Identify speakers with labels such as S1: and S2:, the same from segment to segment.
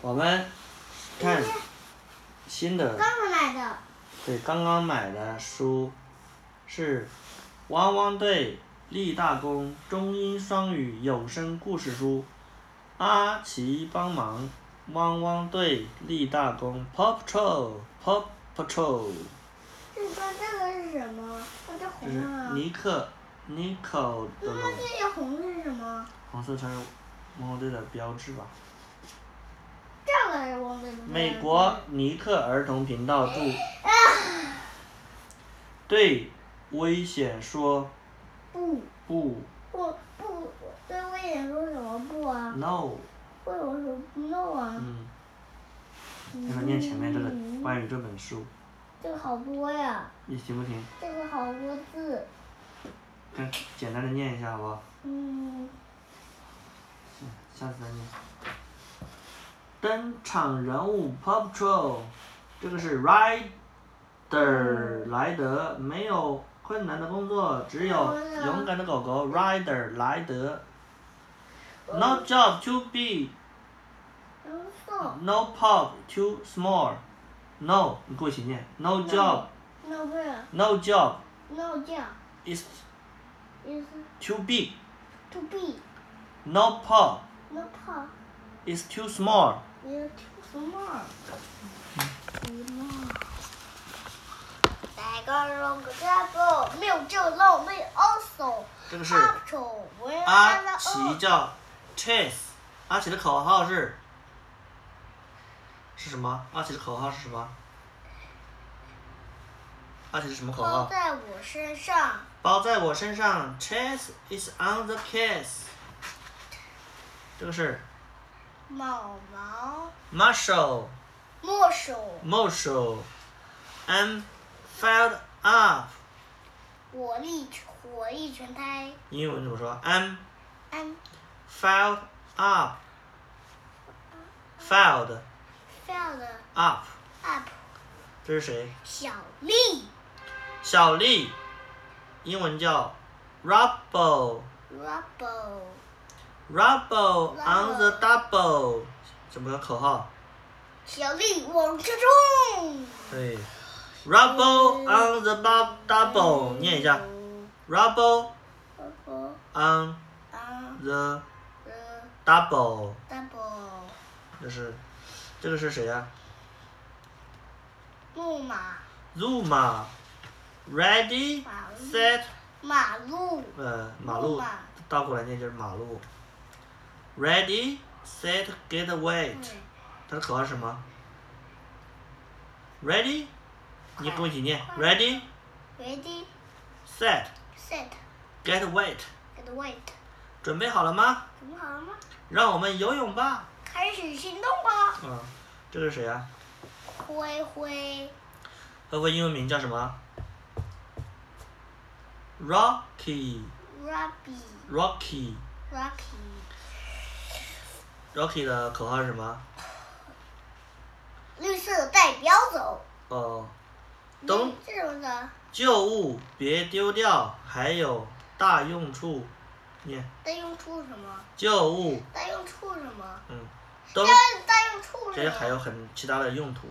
S1: 我们看新的
S2: 刚刚买的，
S1: 对，刚刚买的书是《汪汪队立大功中英双语有声故事书》，阿奇帮忙，汪汪队立大功，Paw Patrol Paw Patrol，
S2: 这个这个是什么？哦，这
S1: 这
S2: 红
S1: 是
S2: 啊。
S1: 尼克尼克的龙
S2: 妈妈，，这些红是什么？
S1: 红色才是汪汪队的标志吧？
S2: 这个是我的。
S1: 美国尼克儿童频道驻对危险说
S2: 不
S1: 不
S2: 不不，对我也说什么不啊？
S1: ，no，
S2: 为什么不 no 啊？
S1: 嗯，要不念前面这个关于这本书，
S2: 嗯这个好多呀，
S1: 你行不行？
S2: 这个好多字。
S1: 跟简单的念一下好不好？
S2: 嗯，
S1: 嗯，下次再念。登场人物 Paw Patrol，这个是 Rider 莱德，没有困难的工作，只有勇敢的狗狗 Rider 莱德。No job too big,
S2: 然后送，
S1: no pop too small. No，你跟我一起念。No job,
S2: 那不是
S1: no job
S2: 闹架，
S1: is
S2: 意思
S1: too big,
S2: to be
S1: no pop
S2: no pop
S1: is too small.
S2: is too small. Small. 哪个 wrong double 没有这漏没有 also
S1: 这个是
S2: up to 我要哦
S1: 阿
S2: 按照
S1: 奇叫 Chase，阿奇的口号是是什么？阿奇的口号是什么？阿奇是什么口
S2: 包
S1: 号？
S2: 在我身上，
S1: 包在我身上，Chase is on the case。这个是
S2: 毛毛
S1: Marshall
S2: 没收
S1: Marshall I'm fed up。
S2: 火力火力全开
S1: 英文怎么说？I'm
S2: ，I'm
S1: fed up。Fed
S2: filled
S1: up，
S2: up
S1: 这是谁？
S2: 小丽
S1: 小丽，英文叫 rubble
S2: rubble
S1: rubble on the
S2: Rubble
S1: double，怎么个口号？
S2: 小丽往前冲
S1: 对，rubble on the bu- double，念一下，rubble
S2: ，rubble
S1: on
S2: on
S1: the
S2: the
S1: double，
S2: double
S1: 这是这个是谁呀、
S2: 木马
S1: z u m a ready
S2: 马路
S1: set
S2: 马路
S1: 呃马路
S2: Zuma
S1: 倒过来念就是马路，ready set get wait，它的口号是什么？Ready？你跟我一起念
S2: 快
S1: ：Ready,
S2: ready
S1: set,
S2: set
S1: get wet。
S2: and wait
S1: 准备好了吗？
S2: 准备好了吗？
S1: 让我们游泳吧。
S2: 开始行动吧！
S1: 嗯，这是谁啊？
S2: 灰灰
S1: 他会英文名叫什么？Rocky,
S2: Ruby
S1: Rocky,
S2: Rocky
S1: Rocky 的口号是什么？
S2: 绿色代表走，
S1: 哦，懂
S2: 这种的
S1: 旧物别丢掉，还有大用处。念
S2: 代用处是什么？
S1: 旧物，
S2: 代用处是什么？
S1: 嗯，
S2: 这
S1: 懂。
S2: 代用处
S1: 这些
S2: 是什
S1: 还
S2: 么
S1: 有很其他的用途。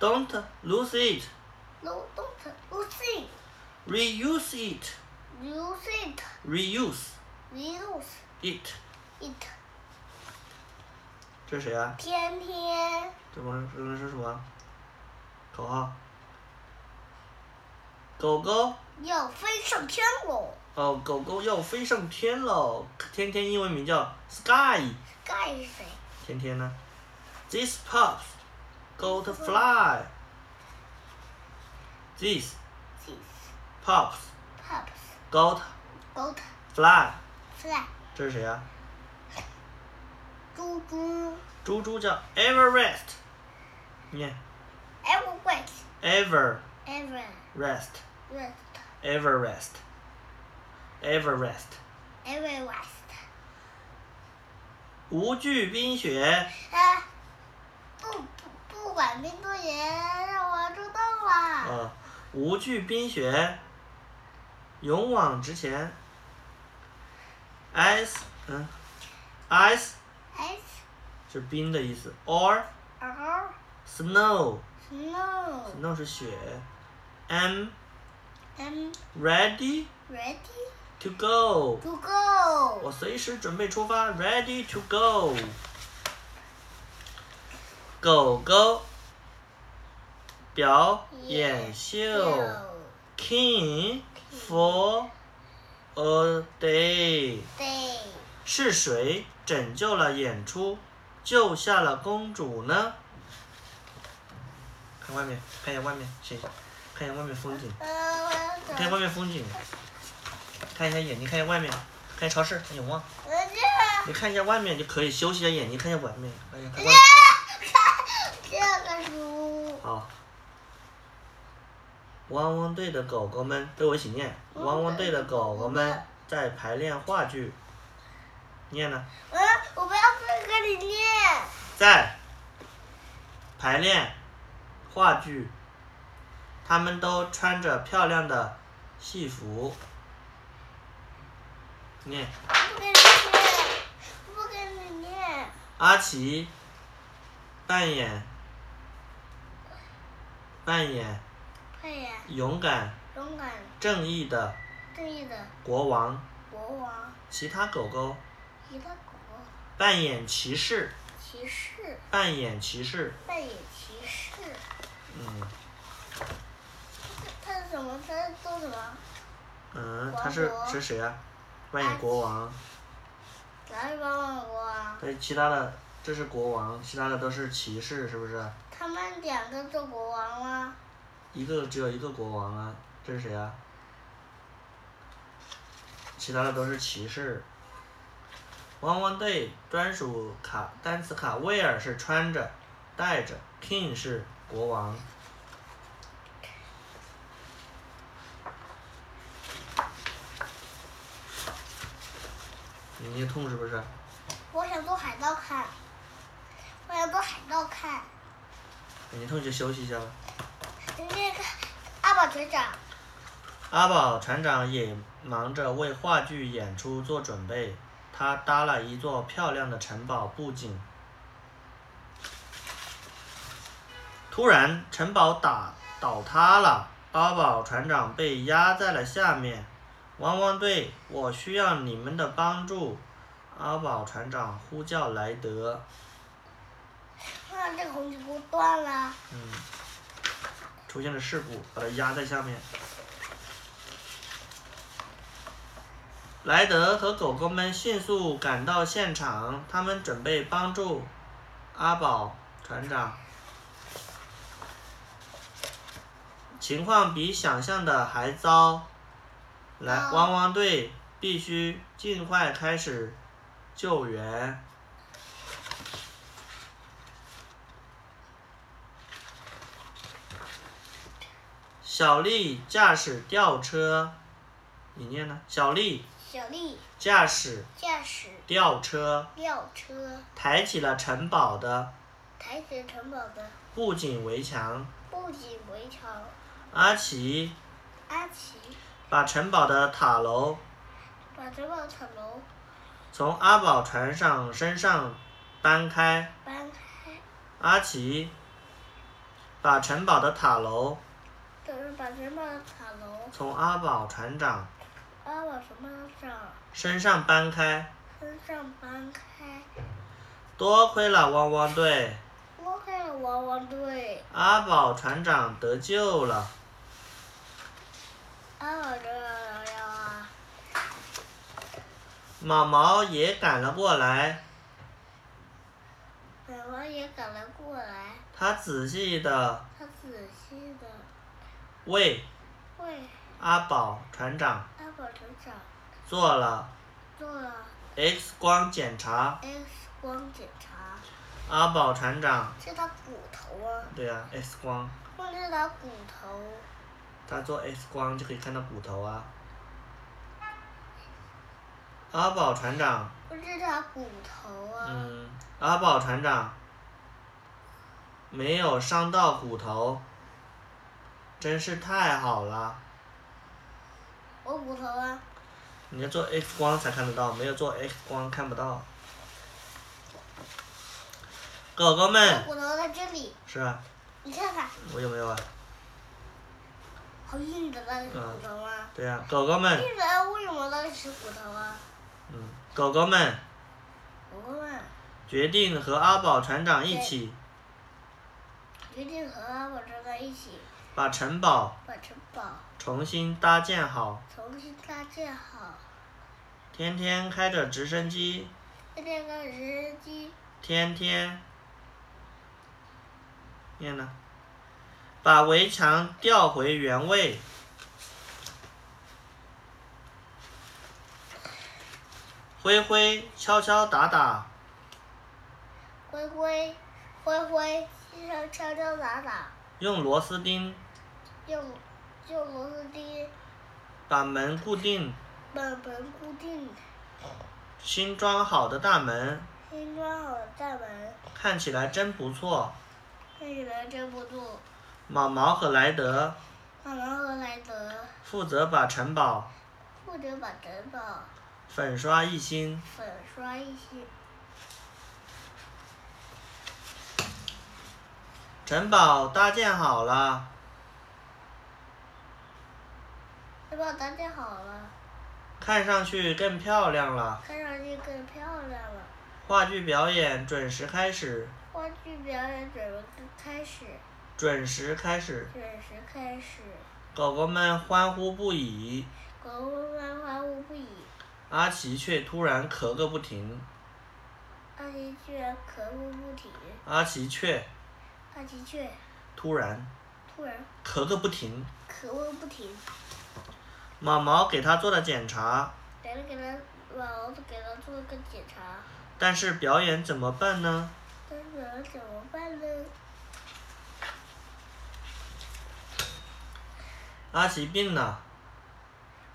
S1: Don't lose it,
S2: ？No don't lose it
S1: reuse it,
S2: lose it
S1: reuse
S2: lose
S1: it。
S2: it
S1: 这是谁啊？
S2: 天天
S1: 这不是这不是什么？口号。狗狗
S2: 要飞上天喽
S1: 哦，狗狗要飞上天喽！天天英文名叫 Sky，
S2: ！Sky 是谁？
S1: 天天呢？These pups go to fly. These
S2: This
S1: pups
S2: pups
S1: go to
S2: goat
S1: fly。
S2: fly
S1: 这是谁啊？
S2: 猪猪
S1: 猪猪叫 Everest，念、
S2: ever wet
S1: Ever
S2: ever
S1: rest,
S2: wet
S1: ever rest, ever rest。
S2: ever west
S1: 无惧冰雪，
S2: 啊，不不不管冰多爷，让我出动
S1: 啊、
S2: 了。
S1: 无惧冰雪，勇往直前。Ice，嗯，ice
S2: S
S1: 是冰的意思，or
S2: 然后
S1: snow
S2: snow
S1: snow 是雪，am
S2: I'm
S1: ready
S2: ready
S1: to go，
S2: to go。
S1: 我随时准备出发，ready to go。狗狗表演秀，king for a day。
S2: 对，
S1: 是谁拯救了演出，救下了公主呢？看外面，看一下外面，谁？看一下外面风景，
S2: 呃，我
S1: 看一下
S2: 走
S1: 外，面风景，看一下眼睛，看一下外面，看一下超市，看眼望，
S2: 我这
S1: 你看一下外面就可以休息一下眼睛，看一下外面，哎呀，看外面。
S2: Ah, 这看这个书，
S1: 好。汪汪队的狗狗们，跟我一起念。汪汪队的狗狗们在排练话剧，念呢，
S2: 我我不要这个里面。
S1: 在排练话剧，他们都穿着漂亮的戏服。念，
S2: 不跟你念，不跟你念。
S1: 阿奇扮演扮演
S2: 快点，
S1: 勇敢
S2: 勇敢
S1: 正义的
S2: 正义的
S1: 国王，
S2: 国王，
S1: 其他狗狗
S2: 其他狗狗
S1: 扮演骑士，
S2: 骑士
S1: 扮演骑士，
S2: 扮演骑士。
S1: 嗯
S2: 他他是什么？他是做什么？
S1: 嗯，他是
S2: 王国
S1: 是谁啊？扮演国王，
S2: 哪里帮我国啊？
S1: 对，其他的这是国王，其他的都是骑士，是不是？
S2: 他们两个做国王吗？
S1: 一个只有一个国王啊，这是谁啊？其他的都是骑士。汪汪队专属卡单词卡，wear 是穿着，带着，king 是国王。你捏痛是不是？
S2: 我想做海盗看，我想做海盗看。
S1: 你捏痛就休息一下吧。
S2: 那个阿宝船长，
S1: 阿宝船长也忙着为话剧演出做准备，他搭了一座漂亮的城堡布景。突然，城堡打倒塌了，阿宝船长被压在了下面。汪汪队，我需要你们的帮助！阿宝船长呼叫莱德。
S2: 我想这个红旗菇断了，
S1: 嗯，出现了事故，把它压在下面。莱德和狗狗们迅速赶到现场，他们准备帮助阿宝船长。情况比想象的还糟，来
S2: 哦
S1: 汪汪队必须尽快开始救援。小丽驾驶吊车，你念呢？小丽
S2: 小丽
S1: 驾驶
S2: 驾驶
S1: 吊车，
S2: 吊车
S1: 抬起了城堡的
S2: 抬起城堡的
S1: 布景围墙。
S2: 布景围墙。
S1: 阿奇
S2: 阿奇
S1: 把城堡的塔楼
S2: 把城堡塔楼
S1: 从阿宝船上身上搬开。
S2: 搬开，
S1: 阿奇把城堡的塔楼
S2: 就是把城堡塔楼
S1: 从阿宝船长
S2: 阿宝什么长
S1: 身上搬开。
S2: 身上搬开。
S1: 多亏了汪汪队，
S2: 我开了汪汪队，
S1: 阿宝船长得救了。
S2: 阿宝这个要啊，
S1: 毛毛也赶了过来，
S2: 奶妈也赶了过来，
S1: 他仔细的
S2: 他仔细的
S1: 为
S2: 为
S1: 阿宝船长
S2: 阿宝船长
S1: 做了
S2: 做了哎
S1: X 光检查。
S2: X 光检查，
S1: 阿宝船长，
S2: 啊是他骨头啊，
S1: 对啊，X 光，
S2: 或者是他骨头，
S1: 他做 X 光就可以看到骨头啊。阿宝船长，
S2: 或者是他骨头啊，
S1: 嗯，阿宝船长没有伤到骨头，真是太好了。
S2: 我骨头啊，
S1: 你要做 X 光才看得到，没有做 X 光看不到。狗狗
S2: 小
S1: 们
S2: 骨头在这里，
S1: 是啊，
S2: 你看看，
S1: 我有没有啊？
S2: 好硬的那个骨头啊！
S1: 对呀、狗狗们，
S2: 日本为什么那是骨头啊？
S1: 嗯，狗狗们
S2: 我问问，
S1: 决定和阿宝船长一起
S2: 决定和阿宝站在一起，
S1: 把城堡
S2: 把城堡
S1: 重新搭建好。
S2: 重新搭建好。
S1: 天天开着直升机，
S2: 这两个直升机
S1: 天天念呢，把围墙调回原位。灰灰敲敲打打，
S2: 灰灰灰灰，敲敲敲打打，
S1: 用螺丝钉
S2: 用用螺丝钉
S1: 把门固定。
S2: 把门固定，
S1: 新装好的大门
S2: 先装好了大门，
S1: 看起来真不错。
S2: 看起来撑不住。
S1: 毛毛和莱德
S2: 妈妈和莱德
S1: 负责把城堡
S2: 负责把城堡
S1: 粉刷一新。
S2: 粉刷一些，
S1: 城堡搭建好了，
S2: 城堡搭建好了，
S1: 看上去更漂亮了。
S2: 看上去更漂亮了。
S1: 话剧表演准时开始，
S2: 话剧表演准备开始，
S1: 准时开始，
S2: 准时开始，
S1: 狗狗们欢呼不已。
S2: 狗狗们欢呼不已，
S1: 阿奇却突然咳个不停。
S2: 阿奇雀咳个不停，
S1: 阿奇却
S2: 阿奇雀
S1: 突然
S2: 突然
S1: 咳个不停。
S2: 咳个不停，
S1: 毛毛给他做了检查，
S2: 奶奶给它老子给它做了个检查，
S1: 但是表演怎么办呢？
S2: 但是奶奶怎么办呢？
S1: 阿奇病了，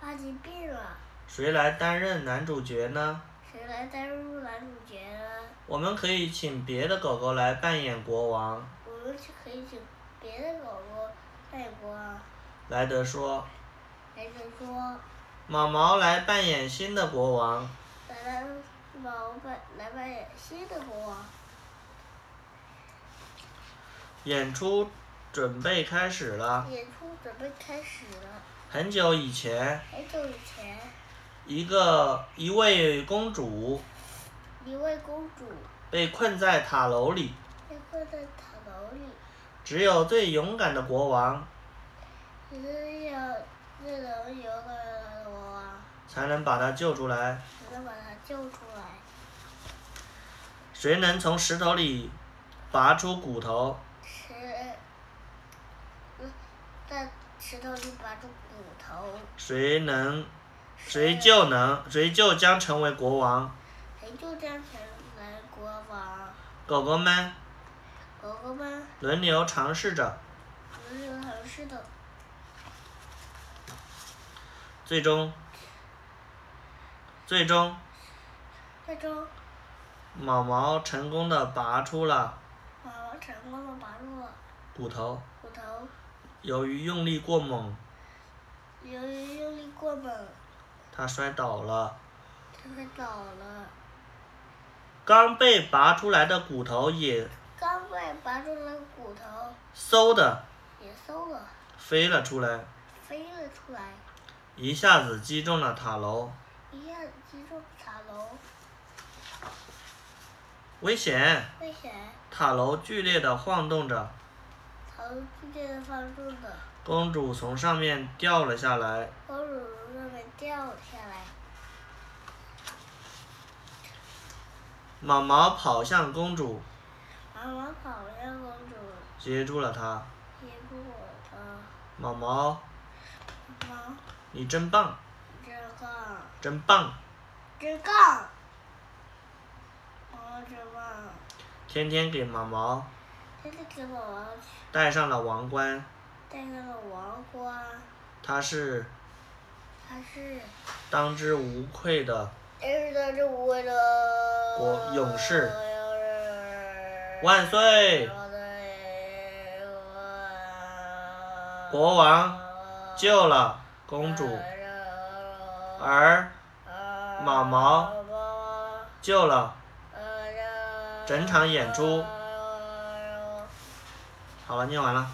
S2: 阿奇病了，
S1: 谁来担任男主角呢？
S2: 谁来担任男主角啊呢？
S1: 我们可以请别的狗狗来扮演国王。
S2: 我们是可以请别的狗狗带过啊。
S1: 莱德说
S2: 还是说，：“
S1: 毛毛来扮演新的国王。”
S2: 来来老板来扮演新的国王，
S1: 演出准备开始了。
S2: 演出准备开始了。
S1: 很久以前，
S2: 很久以前，
S1: 一个一位公主
S2: 一位公主
S1: 被困在塔楼里，
S2: 被困在塔楼里，
S1: 只有最勇敢的国王
S2: 只有只能有个人的国王
S1: 才能把她救出来。
S2: 才能把她救出来。
S1: 谁能从石头里拔出骨头，
S2: 石，嗯，在石头里拔出骨头，
S1: 谁能谁就能谁就将成为国王。
S2: 谁就将成为国王。
S1: 狗狗们
S2: 狗狗们
S1: 轮流尝试着，
S2: 轮流尝试的，
S1: 最终最终
S2: 最终
S1: 毛毛成功的拔出了
S2: 马王成功的拔出了
S1: 骨头。
S2: 骨头，
S1: 由于用力过猛，
S2: 由于用力过猛，
S1: 他摔倒了。
S2: 他摔倒了。
S1: 刚被拔出来的骨头也
S2: 刚被拔出来的骨头
S1: 嗖的
S2: 也松了，
S1: 飞了出来，
S2: 飞了出来，
S1: 一下子击中了塔楼。
S2: 一下子击中塔楼，
S1: 危险！
S2: 危险！
S1: 塔楼剧烈地晃动着，
S2: 塔楼剧烈的放纵的，
S1: 公主从上面掉了下来。
S2: 公主从上面掉了下来。
S1: 毛毛跑向公主，
S2: 妈妈跑向公主，
S1: 接住了她。
S2: 接住我的
S1: 毛毛，
S2: 妈，
S1: 你真棒，
S2: 这个
S1: 真棒！
S2: 这个，妈妈这个。
S1: 天天给毛毛
S2: 他就给宝宝
S1: 戴上了王冠，
S2: 戴上了王冠，
S1: 她是
S2: 他是
S1: 当之无愧的
S2: 日的是我的
S1: 我勇士，万岁！国王救了公主，而
S2: 毛
S1: 毛毛救了
S2: 呃
S1: 整场演出好了，念完了。